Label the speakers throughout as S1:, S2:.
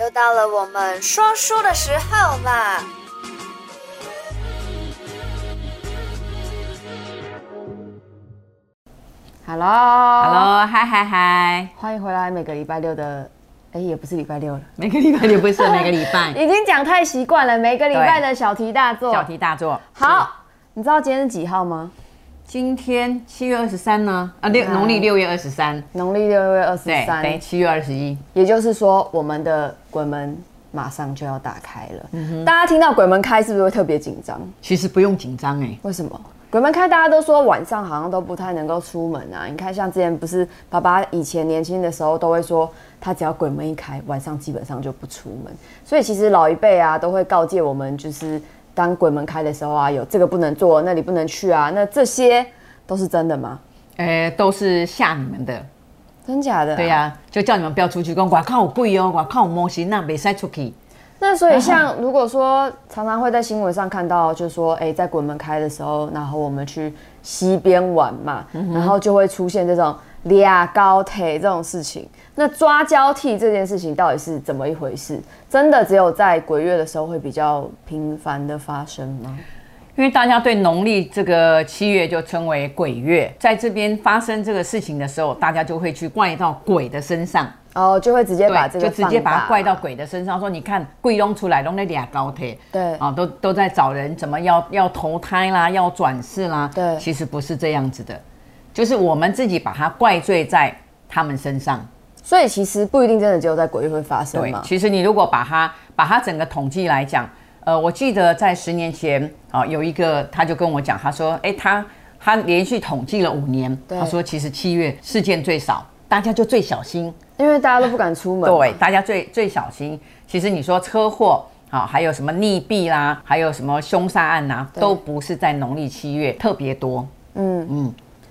S1: 又到了我们说书的时候啦！
S2: Hello，,
S3: Hello，嗨嗨嗨！
S2: 欢迎回来。每个礼拜六的，哎，也不是礼拜六了，
S3: 每个礼拜六不 是每个礼拜
S2: 已经讲太习惯了。每个礼拜的小题大做，
S3: 哎小题大做。
S2: 好。你知道今天是几号吗？
S3: 今天七月二十三呢？啊，六农历六月二十三，
S2: 农历六月二十
S3: 对，等于
S2: 三，
S3: 七月二十一。
S2: 也就是说，我们的鬼门马上就要打开了。
S3: 嗯
S2: 大家听到鬼门开，是不是会特别紧张？
S3: 其实不用紧张哎，
S2: 为什么？鬼门开，大家都说晚上好像都不太能够出门啊。你看，像之前不是爸爸以前年轻的时候都会说，他只要鬼门一开，晚上基本上就不出门。所以其实老一辈啊都会告诫我们，就是当鬼门开的时候啊，有这个不能做，那里不能去啊。那这些都是真的吗？
S3: 呃，都是吓你们的。
S2: 真假的、啊
S3: 对、呀、就叫你们不要出去，讲我靠我贵哦，我靠我模型那没塞出去。
S2: 那
S3: 嗯
S2: 所以像如果说常常会在新闻上看到，就是说，哎、在鬼门开的时候，然后我们去溪边玩嘛，
S3: 嗯
S2: 然后就会出现这种俩高铁这种事情。那抓交替这件事情到底是怎么一回事？真的只有在鬼月的时候会比较频繁的发生吗？
S3: 因为大家对农历这个七月就称为鬼月，在这边发生这个事情的时候，大家就会去怪到鬼的身上，
S2: 哦，就会直接把这个
S3: 就直接
S2: 放大
S3: 把它怪到鬼的身上，说你看鬼弄出来，弄那俩高铁，
S2: 对
S3: 啊，都都在找人怎么要要投胎啦，要转世啦，
S2: 对
S3: 其实不是这样子的，就是我们自己把它怪罪在他们身上。
S2: 所以其实不一定真的只有在鬼月会发生嘛。
S3: 其实你如果把它把它整个统计来讲，呃，我记得在十年前啊、有一个他就跟我讲，他说，哎，他他连续统计了五年，
S2: 对
S3: 他说其实七月事件最少，大家就最小心，
S2: 因为大家都不敢出门嘛。
S3: 对，大家最最小心。其实你说车祸。啊、还有什么溺毙啦，还有什么凶杀案呐、
S2: 对
S3: 都不是在农历七月特别多。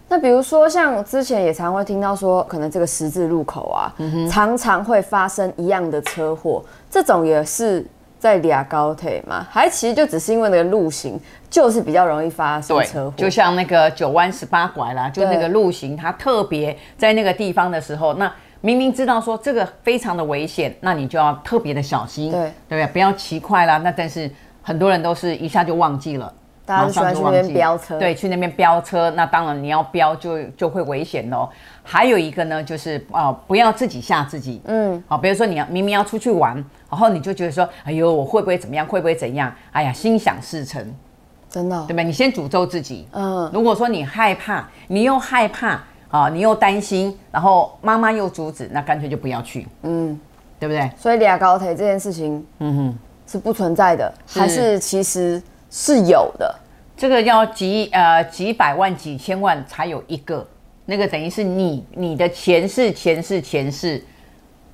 S2: 那比如说，像之前也常会听到说，可能这个十字路口啊，
S3: 嗯
S2: 常常会发生一样的车祸，这种也是在俩高铁嘛，还其实就只是因为那个路型就是比较容易发生车祸，
S3: 就像那个九弯十八拐啦，就
S2: 对
S3: 那个路型，它特别在那个地方的时候，那明明知道说这个非常的危险，那你就要特别的小心，
S2: 对
S3: 对不对？不要骑快啦。那但是很多人都是一下就忘记了。
S2: 大家就喜欢去那边
S3: 马上就忘记
S2: 飙车，
S3: 对，去那边飙车，那当然你要飙就就会危险喽。还有一个呢，就是呃，不要自己吓自己。嗯，好、比如说你要明明要出去玩，然后你就觉得说，哎呦，我会不会怎么样，会不会怎样？哎呀，心想事成，
S2: 真的哦、
S3: 对不对？你先诅咒自己。
S2: 嗯
S3: 如果说你害怕，你又害怕啊，你又担心，然后妈妈又阻止，那干脆就不要去，
S2: 嗯，
S3: 对不对？
S2: 所以俩高铁这件事情，嗯哼，是不存在的，
S3: 是
S2: 还是其实是有的，
S3: 这个要几呃几百万、几千万才有一个，那个等于是你你的前世、前世、前世，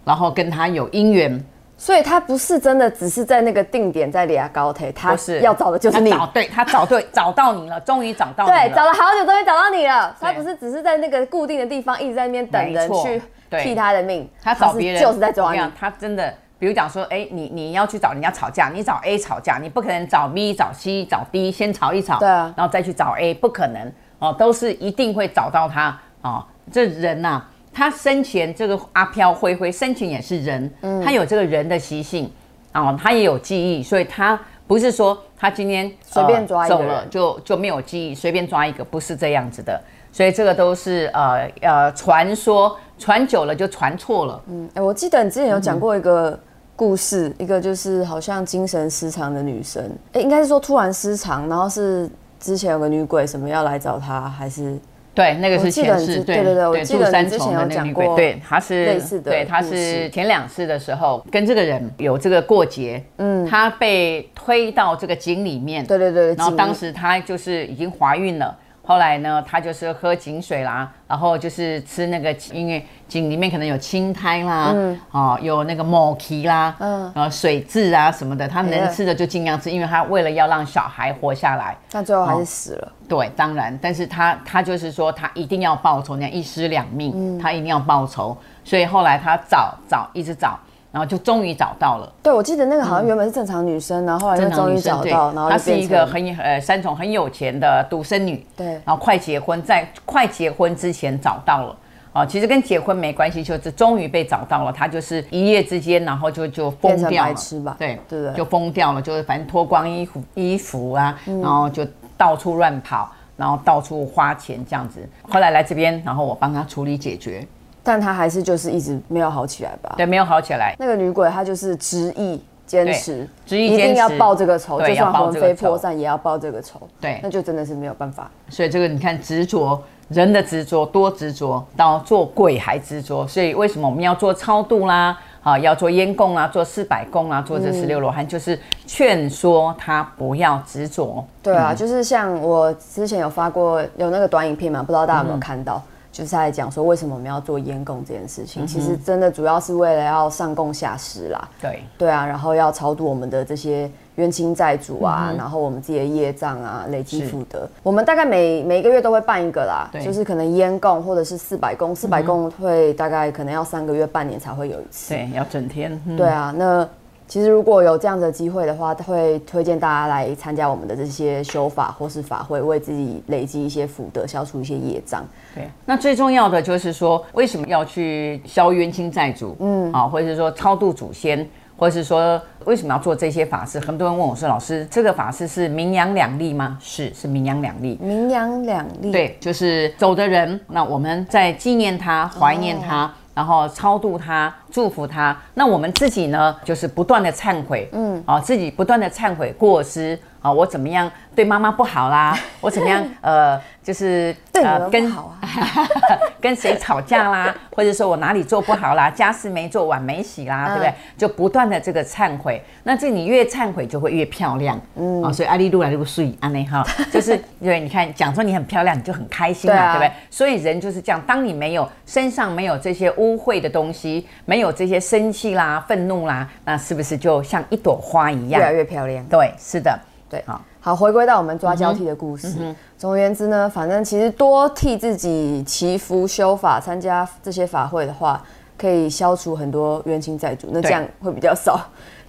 S3: 然后跟他有姻缘，
S2: 所以它不是真的只是在那个定点在俩高铁，它
S3: 不是
S2: 要找的就是你
S3: 他。找对他找对找到你了，终于找到你了。
S2: 对，找了好久，终于找到你了。他
S3: 对
S2: 不是只是在那个固定的地方一直在那边等
S3: 没
S2: 人
S3: 错
S2: 去
S3: 对
S2: 替他的命，
S3: 他找别人
S2: 是就是在抓
S3: 我跟你
S2: 你
S3: 讲。他真的，比如讲说，哎、你你要去找人家吵架，你找 A 吵架，你不可能找 B 找 C 找 D 先吵一吵，
S2: 对啊
S3: 然后再去找 A，不可能哦，都是一定会找到他哦。这人呐、他生前这个阿飘灰灰生前也是人，
S2: 嗯
S3: 他有这个人的习性哦，他也有记忆，所以他不是说他今天
S2: 随便抓一个
S3: 呃走了
S2: 人
S3: 就就没有记忆，随便抓一个，不是这样子的。所以这个都是呃呃传说，传久了就传错了。
S2: 嗯，哎，我记得你之前有
S3: 嗯
S2: 讲过一个故事，一个就是好像精神失常的女生，哎，应该是说突然失常，然后是之前有个女鬼什么要来找她，还是
S3: 对，那个
S2: 我
S3: 是
S2: 记
S3: 前
S2: 得你
S3: 世，
S2: 之对对对我记
S3: 住
S2: 得你
S3: 三
S2: 之
S3: 重
S2: 前有
S3: 的那个
S2: 讲
S3: 女鬼，
S2: 过
S3: 对，她是
S2: 类似的
S3: 对，她
S2: 故
S3: 是
S2: 事
S3: 前两世的时候跟这个人有这个过节，嗯，她被推到这个井里面，
S2: 对对对，
S3: 然后
S2: 井
S3: 当时她就是已经怀孕了。后来呢，她就是喝井水啦，然后就是吃那个，因为井里面可能有青苔啦，哦，有那个某奇啦，
S2: 嗯
S3: 嗯，然后水蛭啊什么的，她
S2: 哎呀
S3: 能吃的就尽量吃，因为她为了要让小孩活下来，
S2: 但最后还是死了。
S3: 对，当然，但是他他就是说他一定要报仇，你看一尸两命，他一定要报仇，所以后来他找找一直找，然后就终于找到了。
S2: 对，我记得那个好像原本是正常女生，然后后来
S3: 嗯正
S2: 又
S3: 常
S2: 终
S3: 女
S2: 于
S3: 生
S2: 找
S3: 对
S2: 到，然后
S3: 她
S2: 就是变
S3: 一个
S2: 成
S3: 很呃三重很有钱的独生女，
S2: 对
S3: 然后快结婚，在快结婚之前找到了，哦，其实跟结婚没关系，就是终于被找到了，他就是一夜之间，然后就就疯
S2: 变成
S3: 掉
S2: 白
S3: 了，
S2: 痴吧
S3: 对
S2: 对不对
S3: 就疯掉了，就是反正脱光衣服衣服啊，
S2: 嗯
S3: 然后就到处乱跑，然后到处花钱这样子。后来来这边，然后我帮他处理解决，
S2: 但他还是就是一直没有好起来吧？
S3: 对，没有好起来。
S2: 那个女鬼她就是执意坚持，
S3: 执意
S2: 一
S3: 坚
S2: 定要
S3: 持
S2: 报这个仇，
S3: 对
S2: 就算
S3: 要报
S2: 魂
S3: 这
S2: 飞
S3: 个
S2: 魄
S3: 仇
S2: 散也要报这个仇。
S3: 对
S2: 那就真的是没有办法。
S3: 所以这个你看执着。人的执着多执着，到做鬼还执着，所以为什么我们要做超度啦？啊，要做烟供啦，做四百供啦，做这十六罗汉，就是劝说他不要执着。
S2: 对啊，就是像我之前有发过有那个短影片嘛，不知道大家有没
S3: 嗯
S2: 有看到？就是在讲说为什么我们要做烟供这件事
S3: 嗯
S2: 情，其实真的主要是为了要上供下施啦。
S3: 对，
S2: 对啊，然后要超度我们的这些冤亲债主啊，然后我们自己的业障啊，累积
S3: 嗯是
S2: 福德。我们大概每每一个月都会办一个啦，
S3: 对嗯
S2: 就是可能烟供或者是四百供，四百供会大概可能要三个月、半年才会有一次。
S3: 对，要整天。嗯
S2: 对啊，那其实如果有这样的机会的话，会推荐大家来参加我们的这些修法或是法会，为自己累积一些福德，消除一些业障。
S3: 对，那最重要的就是说，为什么要去消冤亲债主？嗯，啊，或者是说超度祖先，或者是说为什么要做这些法事？很多人问我说，老师，这个法事是名扬两利吗？是，是名扬两利。
S2: 名扬两利，，
S3: 对，就是走的人，那我们在纪念他、怀念他。
S2: 哦
S3: 然后超度他，祝福他。那我们自己呢，就是不断的忏悔，嗯，啊，自己不断的忏悔过失啊，我怎么样对妈妈不 好啦，我怎么样呃，就是
S2: 对你
S3: 呃
S2: 们不好啊。
S3: 跟谁吵架啦，或者说我哪里做不好啦，家事没做，碗没洗啦，对不对？就不断的这个忏悔，那这你越忏悔就会越漂亮，嗯，啊、所以阿丽露来露睡安内哈，就是对，你看讲说你很漂亮，你就很开心嘛，
S2: 对啊
S3: 对不对？所以人就是这样，当你没有身上没有这些污秽的东西，没有这些生气啦、愤怒啦，那是不是就像一朵花一样
S2: 越？来越漂亮。
S3: 对，是的，
S2: 对，
S3: 好嗯
S2: 好，回归到我们抓交替的故事。总而言之呢，反正其实多替自己祈福、修法、参加这些法会的话，可以消除很多冤亲债主。那这
S3: 对
S2: 样会比较少，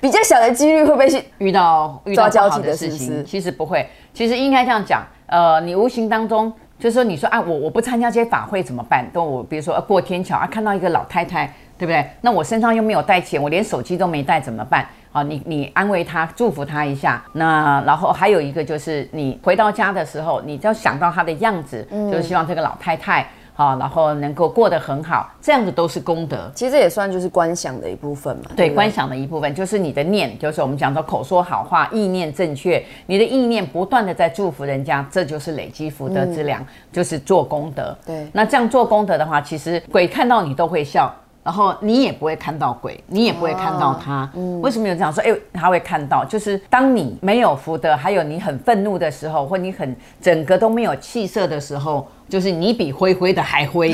S2: 比较小的几率会被去
S3: 遇到遇到
S2: 抓交替
S3: 不好
S2: 的
S3: 的事
S2: 是不是
S3: 情，其实不会，其实应该这样讲，呃，你无形当中就是说，你说啊，我我不参加这些法会怎么办？都我比如说、啊、过天桥啊，看到一个老太太，对不对？那我身上又没有带钱，我连手机都没带，怎么办？啊，你你安慰她，祝福她一下。那然后还有一个就是，你回到家的时候，你就要想到她的样子，
S2: 嗯
S3: 就是希望这个老太太啊，然后能够过得很好，这样子都是功德。
S2: 其实也算就是观想的一部分嘛。
S3: 对
S2: 不
S3: 观想的一部分，就是你的念，就是我们讲说口说好话，意念正确，你的意念不断的在祝福人家，这就是累积福德之良，就是做功德。
S2: 嗯对
S3: 那这样做功德的话，其实鬼看到你都会笑。然后你也不会看到鬼，你也不会看到他。
S2: 哦嗯
S3: 为什么有人讲说，哎、他会看到？就是当你没有福德，还有你很愤怒的时候，或你很整个都没有气色的时候，就是你比灰灰的还 灰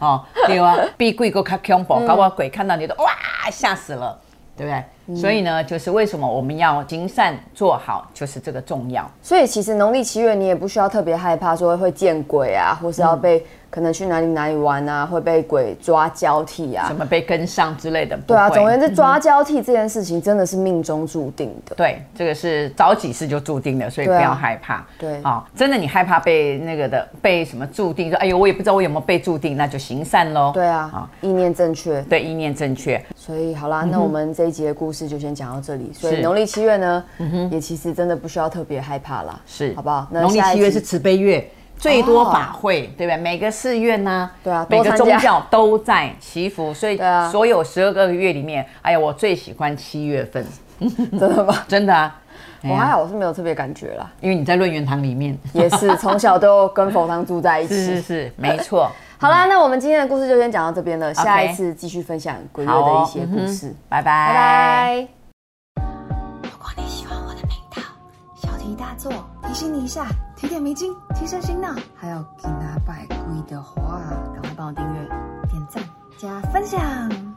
S3: 哦，对啊，比鬼够卡恐
S2: 嗯
S3: 怖，搞不好鬼看到你都哇吓死了，对不对？
S2: 嗯
S3: 所以呢，就是为什么我们要行善做好，就是这个重要。
S2: 所以其实农历七月你也不需要特别害怕说会见鬼啊，或是要
S3: 嗯
S2: 被、可能去哪里哪里玩啊，会被鬼抓交替啊
S3: 什。么嗯被跟上之类的，
S2: 对啊，
S3: 不会
S2: 总而言之，抓交替这件事情真的是命中注定的。
S3: 对，这个是早几次就注定的，所以不
S2: 对啊
S3: 要害怕。
S2: 对
S3: 哦，真的你害怕被那个的被什么注定，说哎呦我也不知道我有没有被注定，那就行善喽。
S2: 对啊，
S3: 好
S2: 意念正确。
S3: 对，意念正确，
S2: 所以好啦，那我们这一集的故事就先讲到这里。所以
S3: 嗯是嗯
S2: 农历七月呢，也其实真的不需要特别害怕啦，
S3: 是
S2: 好不好？那
S3: 农历
S2: 下一
S3: 七月
S2: 集
S3: 是慈悲月，最多
S2: 哦
S3: 法会，对不对？每个寺院呐、
S2: 对啊
S3: 每
S2: 多
S3: 个
S2: 参
S3: 宗
S2: 加
S3: 教都在祈福，所以
S2: 对啊
S3: 所有十二个月里面，哎呀，我最喜欢七月份，
S2: 真的吗？
S3: 真的啊。 哎
S2: 我还
S3: 呀，
S2: 好，我是没有特别感觉啦。
S3: 因为你在论元堂 里面，
S2: 也是从小都跟佛堂住在一
S3: 是
S2: 起
S3: 是。是，没错。
S2: 好啦，那我们今天的故事就先讲到这边了，下一
S3: OK
S2: 次继续分享鬼月
S3: 好
S2: 的一
S3: 哦
S2: 些
S3: 嗯
S2: 故
S3: 哼
S2: 事。
S3: 拜拜，
S2: 拜
S3: 拜
S2: 拜。
S4: 如果你喜欢我的频道，小题大做提醒你一下，提点迷津，提升醒脑。还有给拿百贵的话，赶快帮我订阅、点赞、加分享。